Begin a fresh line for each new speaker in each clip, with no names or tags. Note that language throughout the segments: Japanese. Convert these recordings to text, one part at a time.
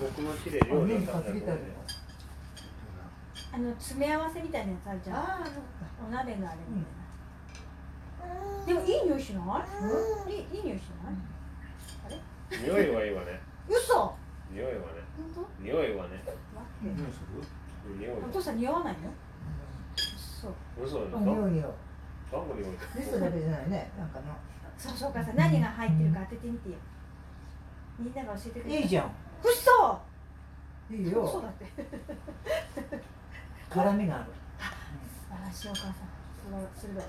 僕の知で料理
かつけてある
あの詰め合わせみたいなやつあるじゃん
ああそっ
お鍋のあれみたいな、でもいい匂いしない、いいいい匂いしない、
匂いはいいわね
嘘
匂いはね
本当
匂いはね
か
匂い
匂いは
お父さん匂わないのそう
嘘
う
なん
ん
だ
匂いよ
何の匂い
リストだけじゃないねなんかの
そうそうかさん何が入ってるか当ててみてよみんなが教えてくれ
いいじゃん
嘘
いい
嘘
よ
だって
辛みがあ
素晴らしいお母さんすごい鋭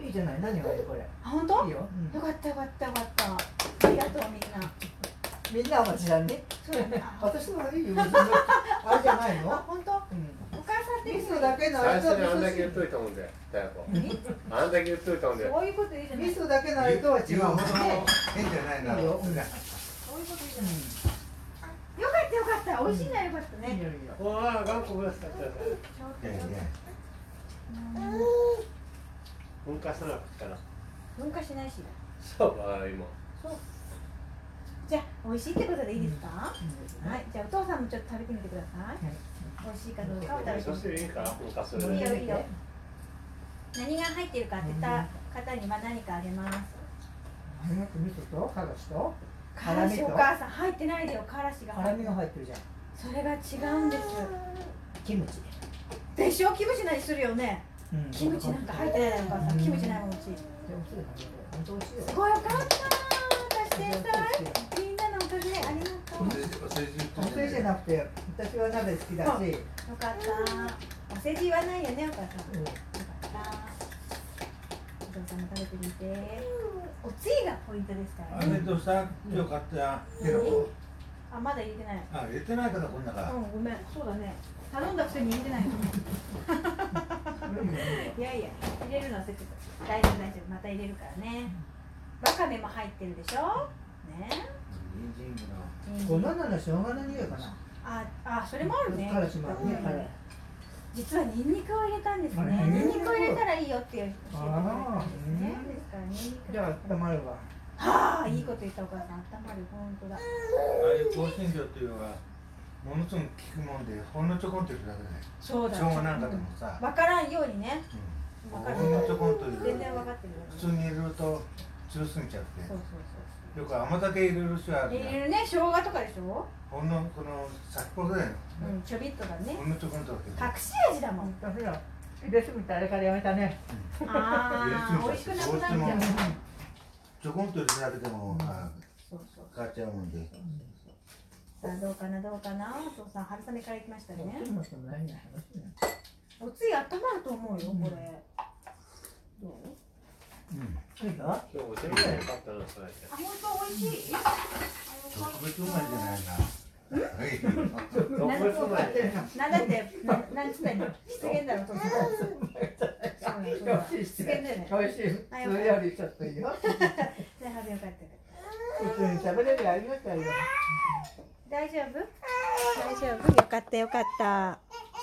い
るいいじゃない何がいいこれ
あ本当
いい
よ
よ、うん
かったよかったよかったありがとうみんな
みんなは知らんね
そうだねあ
私のいいよ別にあれじゃない
あ
の
本当
うん
お母さんって
リ
い
ス
うの
トだけのあ
最初
れと
にあんだけ言っ
味
といたもんでだよこあんだけ言っといたもんで
そういうこといいじゃない
噌だけのあれとは違う
言う
も
ほ
ん
ど
ね
変じゃないな。
いいようん
そういうこといいじゃないよかったよかった美味しいなよかった
いい
ね
よいいよ
わあ頑固だった
ちょっ
い
と
やい
ちょっ
や
と
噴火さなかったな
うん分化しないし
そうか今
じゃあ美味しいってことでいいですか、はいじゃあお父さんもちょっと食べてみてください美味しいかどうかを食べて
味噌
みて
汁いいから噴火する
いいよ
ね
いいよ何が入ってるか当てた方にまあ何かあげます
早く味噌とからしと
か
辛
ら
み
し
と
お母さん入ってないでよからしが
辛
入っ
み
て
が入ってるじゃん
それが違うんです
キムチ
でしょキムチ何するよね
うん
キムチなんか入ってないのお母さんキムチないもんうちす
でもすぐ食べて本当美味しいよ
ごいよかった達成したみんなのおかげありがとう
それじゃなくて私は鍋好きだし、うん、
よかった。お世辞言わないよね、お母さん。よかった。お父さんも食べてみて。おつゆがポイントですからね。
とさ、今日買ったけど、
あ、まだ入れてない。
あ、入れてないからこんなから。
うん、ごめん。そうだね。頼んだくせに入れてない。いやいや、入れるのはせてた。大丈夫、大丈夫。また入れるからね。わかめも入ってるでしょね。
人参の
こんなの生姜の匂いかな
あ、あ、それもあるね。
からしもあるね
うん
から
実はニンニクを入れたんですね
あ。れ
ニンニクを入れたらいいよって教えてくれたんです
あ。ー
ねですからニンニク。
じゃあ温まるわ
はあ、いいこと言ったお母さん、温まる、本当だ。
ああいう香辛料っていうのはものすごく効くもんで、ほんのちょこんといるだけで、
そうだ。
生姜なんかでもさ、
わからんようにね。
う
わ
ん
かる
ほんのちょこんといるだけ
全
で
然分かってるよ、ね。
普
そ
通
う
に入れると強すぎちゃって。
そう
よく甘酒入れる人はあ
そう。
るじゃ
入れる
ん。
ね、生姜とかでしょ。
ほんのこの先ほどだよ。
うん、ちょびっとだね。
ほんのちょこんとだけど。
隠し味だもん。
私ら入れすぎてあれからやめたね
ああ、美味しくなくなっちゃう。
入れすぎちゃうちょこんと入れるだけでも、あ
そうそう。
変わっちゃうもんで。
さあ、どうかな、どうかな、お父さん、春雨からいきましたね。
そもそもないね
おつゆ温まると思うよ、これ。どう
うん。
いいか
今日お茶みたいなかったなそれって
あ、本当美味しい。
特別うまいじゃないな。はい。
どこでそんなに
なんだって、ななんつったの、 失言だろ、お父さん。そうだそうだ失言だよね。
美味しいそれよりちょっといいよ
なるほどよかった
普通に食べれるありがたいよ
大丈夫大丈夫よかったよかった